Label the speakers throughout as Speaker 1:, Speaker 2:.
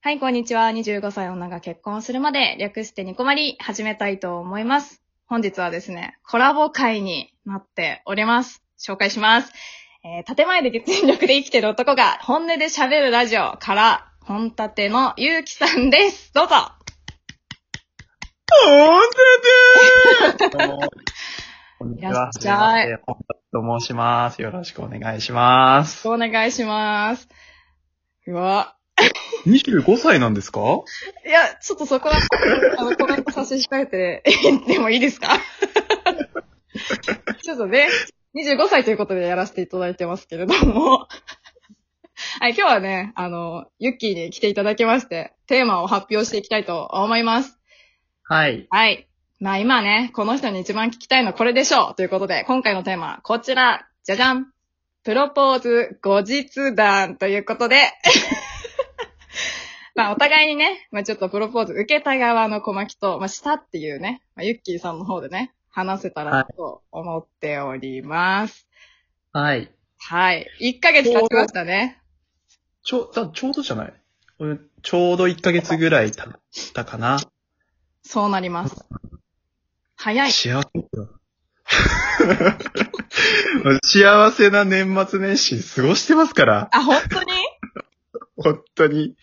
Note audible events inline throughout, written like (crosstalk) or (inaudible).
Speaker 1: はい、こんにちは。25歳女が結婚をするまで、略してニコマリ、始めたいと思います。本日はですね、コラボ会になっております。紹介します。えー、建前で実力で生きてる男が本音で喋るラジオから、本立てのゆうきさんです。どうぞ
Speaker 2: ほんとだーこんにち
Speaker 1: いらっ
Speaker 2: は。
Speaker 1: しゃい
Speaker 2: はじめまして本田と申します。よろしくお願いします。
Speaker 1: お願いします。うわ。
Speaker 2: 25歳なんですか
Speaker 1: いや、ちょっとそこは、あの、コメント差し控えて、でもいいですか (laughs) ちょっとね、25歳ということでやらせていただいてますけれども。 (laughs) はい、今日はね、あの、ユッキーに来ていただきまして、テーマを発表していきたいと思います。
Speaker 2: はい。
Speaker 1: はい。まあ今ね、この人に一番聞きたいのはこれでしょうということで、今回のテーマ、こちら、じゃじゃんプロポーズ後日談ということで、 (laughs) まあ、お互いにね、まあ、ちょっとプロポーズ受けた側の小牧と、まあ、したっていうね、まあ、ユッキーさんの方でね、話せたらと思っております。
Speaker 2: はい。
Speaker 1: はい。1ヶ月経ちましたね。
Speaker 2: ちょ、だちょうどじゃない俺ちょうど1ヶ月ぐらい経ったかな。
Speaker 1: そうなります。早い。
Speaker 2: 幸せだ。 (laughs) 幸せな年末年始過ごしてますから。
Speaker 1: あ、本当に
Speaker 2: 本当に。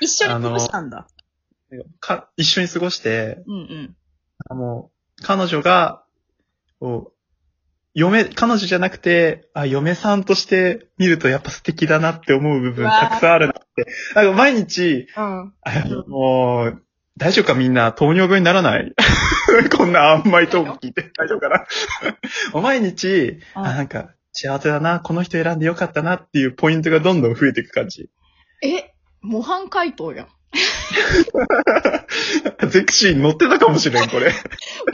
Speaker 1: 一緒に過ごしたんだ。
Speaker 2: か、一緒に過ごして、
Speaker 1: うんうん。
Speaker 2: あの、彼女が、こう嫁、彼女じゃなくて、あ、嫁さんとして見るとやっぱ素敵だなって思う部
Speaker 1: う
Speaker 2: 分
Speaker 1: わー
Speaker 2: たくさんあるなって。なんか毎日、
Speaker 1: うん。
Speaker 2: あの、もう大丈夫かみんな糖尿病にならない (laughs) こんな甘いトーク聞いて。大丈夫かな (laughs) もう毎日、あ、なんか幸せだな、この人選んでよかったなっていうポイントがどんどん増えていく感じ。 (laughs)
Speaker 1: え、模範解答やん。
Speaker 2: ゼクシーに乗ってたかもしれん、これ。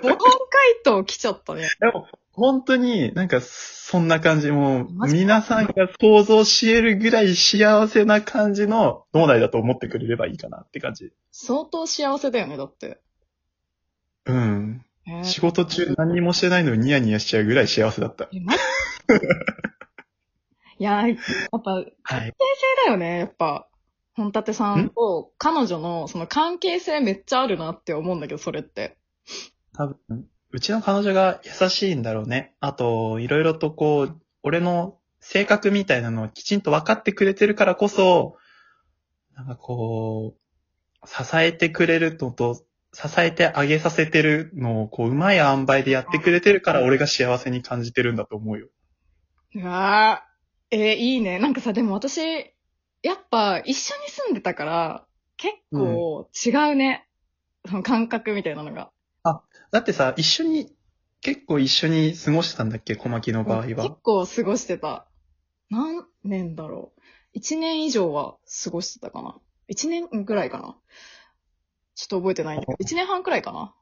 Speaker 1: 模範解答来ちゃったね。
Speaker 2: でも、本当になんか、そんな感じ、も
Speaker 1: マ
Speaker 2: う、
Speaker 1: ジか
Speaker 2: 皆さんが想像し得るぐらい幸せな感じの脳内だと思ってくれればいいかなって感じ。
Speaker 1: 相当幸せだよね、だって。
Speaker 2: うん。
Speaker 1: えー
Speaker 2: 仕事中何にもしてないのにニヤニヤしちゃうぐらい幸せだった。
Speaker 1: え、マ (laughs) ジいや、やっぱ、
Speaker 2: はい。
Speaker 1: だよね、やっぱ。本立さん
Speaker 2: ん
Speaker 1: と彼女のその関係性めっちゃあるなって思うんだけど、それって。
Speaker 2: 多分、うちの彼女が優しいんだろうね。あと、いろいろとこう、俺の性格みたいなのをきちんと分かってくれてるからこそ、なんかこう、支えてくれるのと、支えてあげさせてるのを、こう、うまい塩梅でやってくれてるから、俺が幸せに感じてるんだと思うよ。
Speaker 1: うわーえーいいね。なんかさ、でも私、やっぱ一緒に住んでたから、結構違うね。その感覚みたいなのが。
Speaker 2: だってさ、一緒に、結構一緒に過ごしてたんだっけ小牧の場合
Speaker 1: 結
Speaker 2: は。
Speaker 1: 構過ごしてた。何年だろう。一年以上は過ごしてたかな。一年ぐらいかな。ちょっと覚えてないんだけど、一年半くらいかな。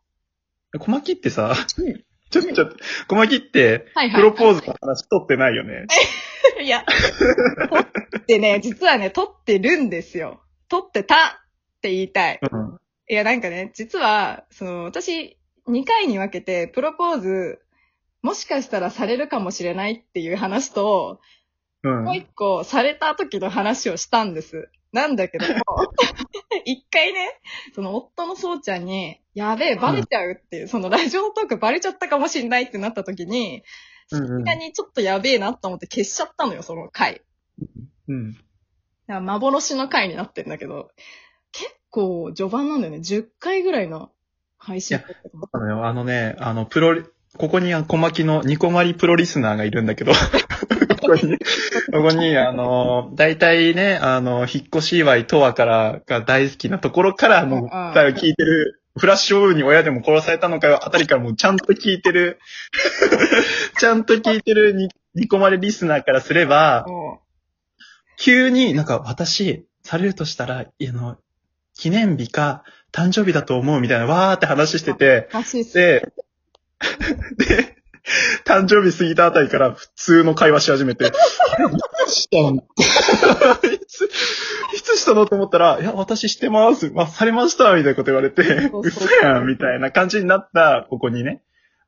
Speaker 2: 小牧ってさ、 (laughs) ちょっとちょっと、小牧って、
Speaker 1: はいはい。
Speaker 2: プロポーズの話取ってないよね。
Speaker 1: (laughs) いや、撮ってね、実はね、撮ってるんですよ。撮ってたって言いたい。
Speaker 2: うん。
Speaker 1: いや、なんかね、実は、その、私、2回に分けて、プロポーズ、もしかしたらされるかもしれないっていう話と、
Speaker 2: うん。
Speaker 1: もう一個、された時の話をしたんです。なんだけども、 (laughs) 一回ね、その夫のそうちゃんに、やべえ、バレちゃうっていう、そのラジオトークバレちゃったかもしれないってなった時に、
Speaker 2: うんうん
Speaker 1: さすがにちょっとやべえなと思って消しちゃったのよ、その回。
Speaker 2: うん。
Speaker 1: だから幻の回になってんだけど、結構序盤なんだよね。10回ぐらいの配信だったと思う
Speaker 2: あのねあのね、あの、プロリ、ここにあの小牧のニコマリプロリスナーがいるんだ (laughs) けど、ここに、ここに、あの、大体ね、あの、引っ越し祝いとはからが大好きなところから、もう、
Speaker 1: うんうん
Speaker 2: から聞いてる、フラッシュオブに親でも殺されたのかよあたりからもうちゃんと聞いて (laughs) る、ちゃんと聞いてるニニコマリリスナーからすれば、
Speaker 1: も
Speaker 2: 急になんか私、されるとしたら、あの、記念日か誕生日だと思うみたいな、わーって話してて、
Speaker 1: う、らしいっす。
Speaker 2: で、で、誕生日過ぎたあたりから普通の会話し始め
Speaker 1: (laughs)
Speaker 2: て、あれいつしたんいつ、いつしたのと思ったら、いや、私してます。あ、されました、みたいなこと言われて、
Speaker 1: そうそう
Speaker 2: 嘘やん、みたたいな感じになった、ここにね、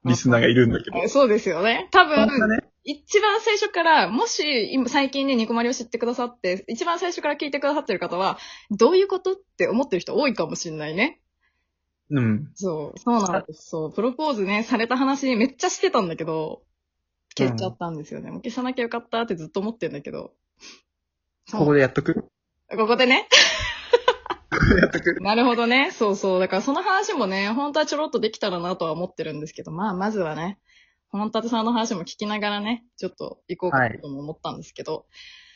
Speaker 2: リスナーがいるんだけど。
Speaker 1: そうですよね。多
Speaker 2: そんな
Speaker 1: 分、
Speaker 2: ね、
Speaker 1: 一番最初から、もし、今、最近ね、ニコマリを知ってくださって、一番最初から聞いてくださってる方は、どういうことって思ってる人多いかもしんないね。
Speaker 2: うん。
Speaker 1: そう、そうなんです。そう、プロポーズね、された話めっちゃしてたんだけど、消えちゃったんですよね。もう消さなきゃよかったってずっと思ってるんだけど。そう
Speaker 2: ここでやっとく
Speaker 1: ここでね。
Speaker 2: やっとく
Speaker 1: なるほどね。そうそう。だからその話もね、本当はちょろっとできたらなとは思ってるんですけど、まあまずはね、本立さんの話も聞きながらね、ちょっと行こうか
Speaker 2: はい
Speaker 1: とも思ったんですけど。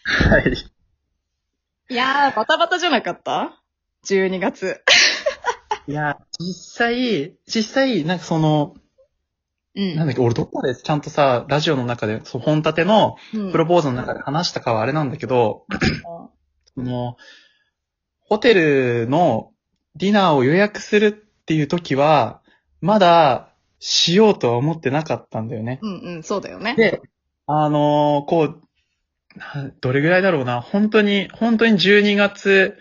Speaker 2: はい。
Speaker 1: い、やー、バタバタじゃなかった ?12 月。
Speaker 2: いや、実際、実際、なんかその、
Speaker 1: う
Speaker 2: なんだっけ、俺どこまでちゃんとさ、ラジオの中で、そう、本立ての
Speaker 1: うん
Speaker 2: プロポーズの中で話したかはあれなんだけど、その、ホテルのディナーを予約するっていう時は、まだ、しようとは思ってなかったんだよね。
Speaker 1: うんうん、そうだよね。
Speaker 2: で、あのーこう、などれぐらいだろうな、本当に、本当に12月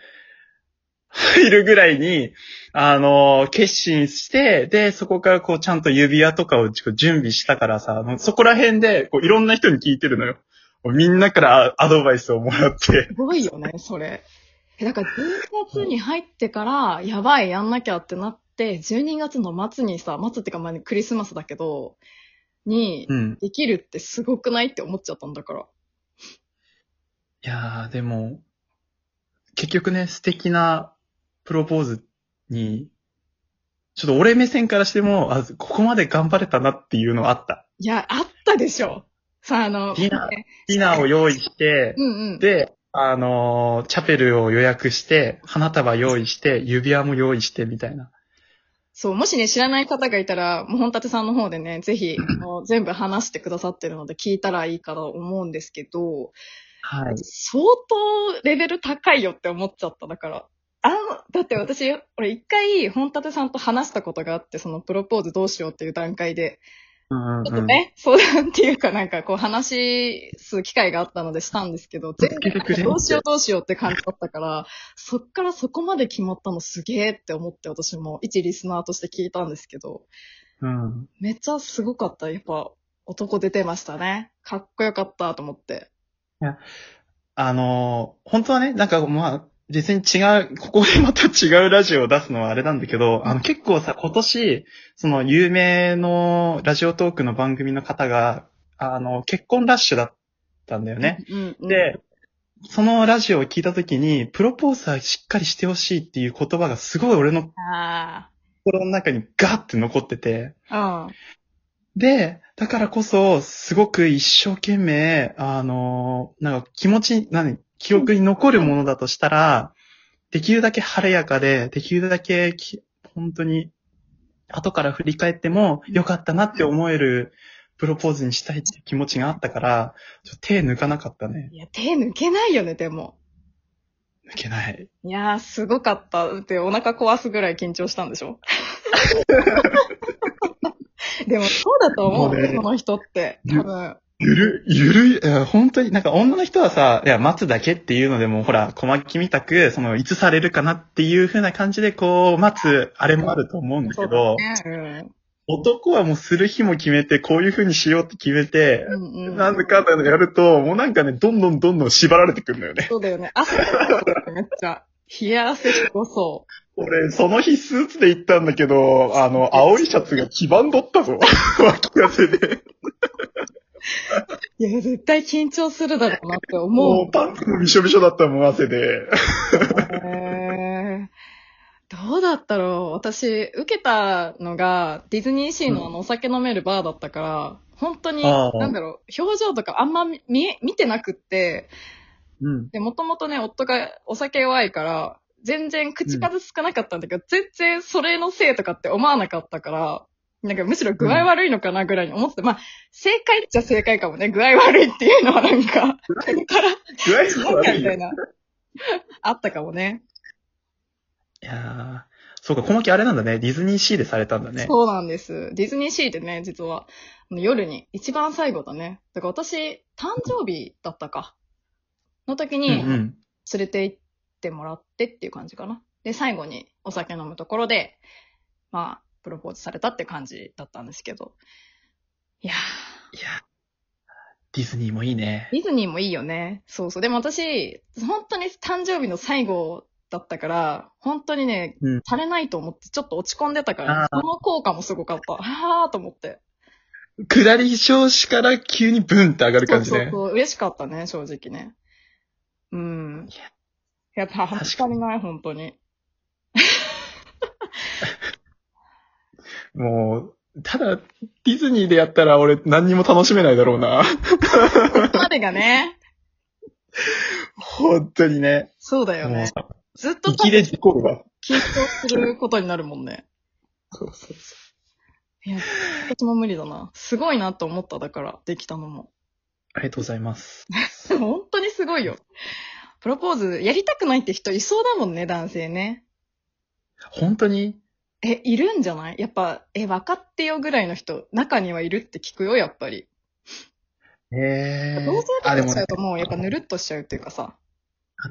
Speaker 2: 入るぐらいに、あのー決心して、で、そこからこう、ちゃんと指輪とかをちょ準備したからさ、もうそこら辺で、こう、いろんな人に聞いてるのよ。もうみんなからアアドバイスをもらって。
Speaker 1: すごいよね、それ。えだから12月に入ってから、やばい、やんなきゃってなって、12月の末にさ、末ってかまあクリスマスだけど、に、
Speaker 2: うん。
Speaker 1: できるってすごくないって思っちゃったんだから。
Speaker 2: いやー、でも、結局ね、素敵なプロポーズに、ちょっと俺目線からしても、あ、ここまで頑張れたなっていうのはあった。
Speaker 1: いや、あったでしょ。さあ、あの、
Speaker 2: ディナー
Speaker 1: ね
Speaker 2: ディナーを用意して、
Speaker 1: うんうん。
Speaker 2: で、あのーチャペルを予約して、花束用意して、指輪も用意して、みたいな。
Speaker 1: そう、もしね、知らない方がいたら、もう本立さんの方でね、ぜひ、あの全部話してくださってるので、聞いたらいいかと思うんですけど、
Speaker 2: はい。
Speaker 1: 相当レベル高いよって思っちゃった。だから、あの、だって私、俺一回、本立さんと話したことがあって、そのプロポーズどうしようっていう段階で、
Speaker 2: うんうん
Speaker 1: ちょっ
Speaker 2: う
Speaker 1: と
Speaker 2: ん。
Speaker 1: ね、相談っていうかなんかこう話す機会があったのでしたんですけど、全
Speaker 2: 助けてくれって
Speaker 1: 然どうしようどうしようって感じだったから、そっからそこまで決まったのすげえって思って私も一リスナーとして聞いたんですけど、
Speaker 2: うん。
Speaker 1: めっちゃすごかった。やっぱ男出てましたね。かっこよかったと思って。
Speaker 2: あのー本当はね、なんかまあ、別に違う、ここでまた違うラジオを出すのはあれなんだけど、あの結構さ、今年、その有名のラジオトークの番組の方が、あの、結婚ラッシュだったんだよね。
Speaker 1: うん、うん。
Speaker 2: で、そのラジオを聞いたときに、プロポーズはしっかりしてほしいっていう言葉がすごい俺の
Speaker 1: あ
Speaker 2: 心の中にガーって残ってて、
Speaker 1: あ。うん。
Speaker 2: で、だからこそ、すごく一生懸命、あのーなんか気持ち、何、記憶に残るものだとしたら、できるだけ晴れやかで、できるだけき、本当に、後から振り返っても、良かったなって思える、プロポーズにしたいっていう気持ちがあったから、ちょっと手抜かなかったね。
Speaker 1: いや、手抜けないよね、でも。
Speaker 2: 抜けない。
Speaker 1: いやー、すごかった。だって、お腹壊すぐらい緊張したんでしょでも、そうだと思う、
Speaker 2: もうね
Speaker 1: この人って。多分。
Speaker 2: ゆる、ゆるい、いや本当に、なんか女の人はさ、いや、待つだけっていうのでも、ほら、小牧みたく、その、いつされるかなっていう風な感じで、こう、待つ、あれもあると思うんだ
Speaker 1: そ
Speaker 2: け
Speaker 1: う
Speaker 2: ど、
Speaker 1: だね。
Speaker 2: 男はもうする日も決めて、こういう風にしようって決めて
Speaker 1: う、ん。うんうん。
Speaker 2: なんでかんだやると、もうなんかね、どんどんどんどん縛られてくるんだよね。
Speaker 1: そうだよね。汗かくからめっちゃ。冷や汗すごそ
Speaker 2: 俺、その日スーツで行ったんだけど、あの、青いシャツが黄ばんどったぞ。脇汗で。
Speaker 1: う。いや、絶対緊張するだろうなって
Speaker 2: も
Speaker 1: 思
Speaker 2: う、パンツもびしょびしょだったもん、汗で。
Speaker 1: う。へーどうだったろう私、受けたのが、ディズニーシーのあの、お酒飲めるバーだったから、本当に、
Speaker 2: あー
Speaker 1: なんだろう、表情とかあんま見見え、見てなくって、
Speaker 2: うん。
Speaker 1: で、もともとね、夫がお酒弱いから、全然口数少なかったんだけど、全然それのせいとかって思わなかったから、なんかむしろ具合悪いのかなぐらいに思ってて、まあ、正解っちゃ正解かもね。具合悪いっていうのはなん
Speaker 2: (laughs)
Speaker 1: か、そこから、
Speaker 2: 具合
Speaker 1: なんか
Speaker 2: 悪い
Speaker 1: み
Speaker 2: よ
Speaker 1: たいな、あったかもね。
Speaker 2: いやー、そうか、小牧あれなんだね。ディズニーシーでされたんだね。
Speaker 1: そうなんです。ディズニーシーでね、実は、あの夜に、一番最後だね。だから私、誕生日だったか。の時に、
Speaker 2: うんうん。
Speaker 1: 連れて行ってもらってっていう感じかな。で、最後にお酒飲むところで、まあ、プロポーズされたって感じだったんですけど。いや
Speaker 2: いや、ディズニーもいいね。
Speaker 1: ディズニーもいいよね。そうそう。でも私、本当に誕生日の最後だったから、本当にね、
Speaker 2: うん
Speaker 1: 足れないと思ってちょっと落ち込んでたから、
Speaker 2: あー
Speaker 1: その効果もすごかった。あーと思って。
Speaker 2: 下り少子から急にブンって上がる感じ
Speaker 1: そう
Speaker 2: ね。
Speaker 1: そうそう。嬉しかったね、正直ね。うん
Speaker 2: い。
Speaker 1: やっぱ、
Speaker 2: かに
Speaker 1: 足りない、本当に。
Speaker 2: もう、ただ、ディズニーでやったら俺何にも楽しめないだろうな。
Speaker 1: ここまでがね、
Speaker 2: 本当にね。
Speaker 1: そうだよ
Speaker 2: もう
Speaker 1: ね。
Speaker 2: さ、
Speaker 1: ずっと
Speaker 2: 息
Speaker 1: 緊
Speaker 2: で事故るわ。
Speaker 1: 張することになるもんね。
Speaker 2: そうそうそ
Speaker 1: いや、私も無理だな。すごいなと思った、だから、できたのも。
Speaker 2: うありがとうございます。
Speaker 1: 本当にすごいよ。プロポーズ、やりたくないって人いそうだもんね、男性ね。
Speaker 2: 本当に
Speaker 1: え、いるんじゃないやっぱ、え、分かってよぐらいの人、中にはいるって聞くよ、やっぱり。
Speaker 2: ええ
Speaker 1: 同性と
Speaker 2: あ、
Speaker 1: か
Speaker 2: で
Speaker 1: し
Speaker 2: も
Speaker 1: ちゃ
Speaker 2: ね
Speaker 1: う、ともう、やっぱぬるっとしちゃうっていうかさ。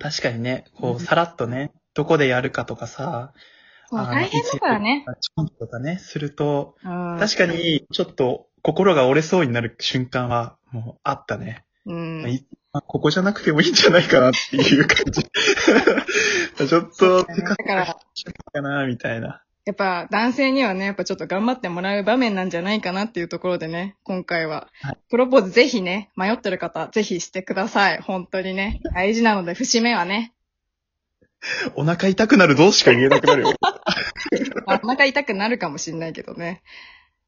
Speaker 2: 確かにね、
Speaker 1: う
Speaker 2: こ
Speaker 1: ん
Speaker 2: う、さらっとね、どこでやるかとかさ、
Speaker 1: まあ、
Speaker 2: あの
Speaker 1: 大変だからね。
Speaker 2: チョンとかね、すると、
Speaker 1: 確
Speaker 2: 確か。に、ちょっと心が折れそうになる瞬間は、もうあったね。
Speaker 1: うん。
Speaker 2: いまあここじゃなくてもいいんじゃないかなっていう感じ。 (laughs) ちょっと、
Speaker 1: だ
Speaker 2: テ
Speaker 1: か
Speaker 2: カテカし
Speaker 1: ら、
Speaker 2: ちゃうかな、みたいな。
Speaker 1: やっぱ男性にはね、やっぱちょっと頑張ってもらう場面なんじゃないかなっていうところでね、今回は
Speaker 2: はい。
Speaker 1: プロポーズぜひね、迷ってる方、ぜひしてください。本当にね。大事なので、節目はね。
Speaker 2: お腹痛くなるどうしか言えなくなるよ。
Speaker 1: まあお腹痛くなるかもしんないけどね。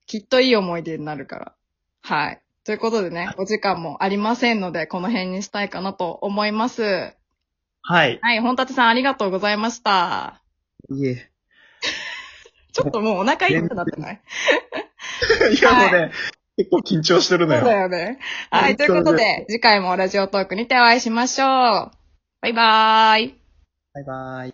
Speaker 1: きっといい思い出になるから。はい。ということでね、お時間もありませんので、この辺にしたいかなと思います。
Speaker 2: はい。
Speaker 1: はい、本立さんありがとうございました。
Speaker 2: いえ。
Speaker 1: ちょっともうお腹痛くなってない
Speaker 2: (laughs) いや、もうね、結構緊張してるの
Speaker 1: そうだ
Speaker 2: よ。
Speaker 1: よね。はい、とい
Speaker 2: 本
Speaker 1: う
Speaker 2: 当
Speaker 1: こ
Speaker 2: に
Speaker 1: とで、次回もラジオトークにてお会いしましょう。バイバーイ。
Speaker 2: バイバイ。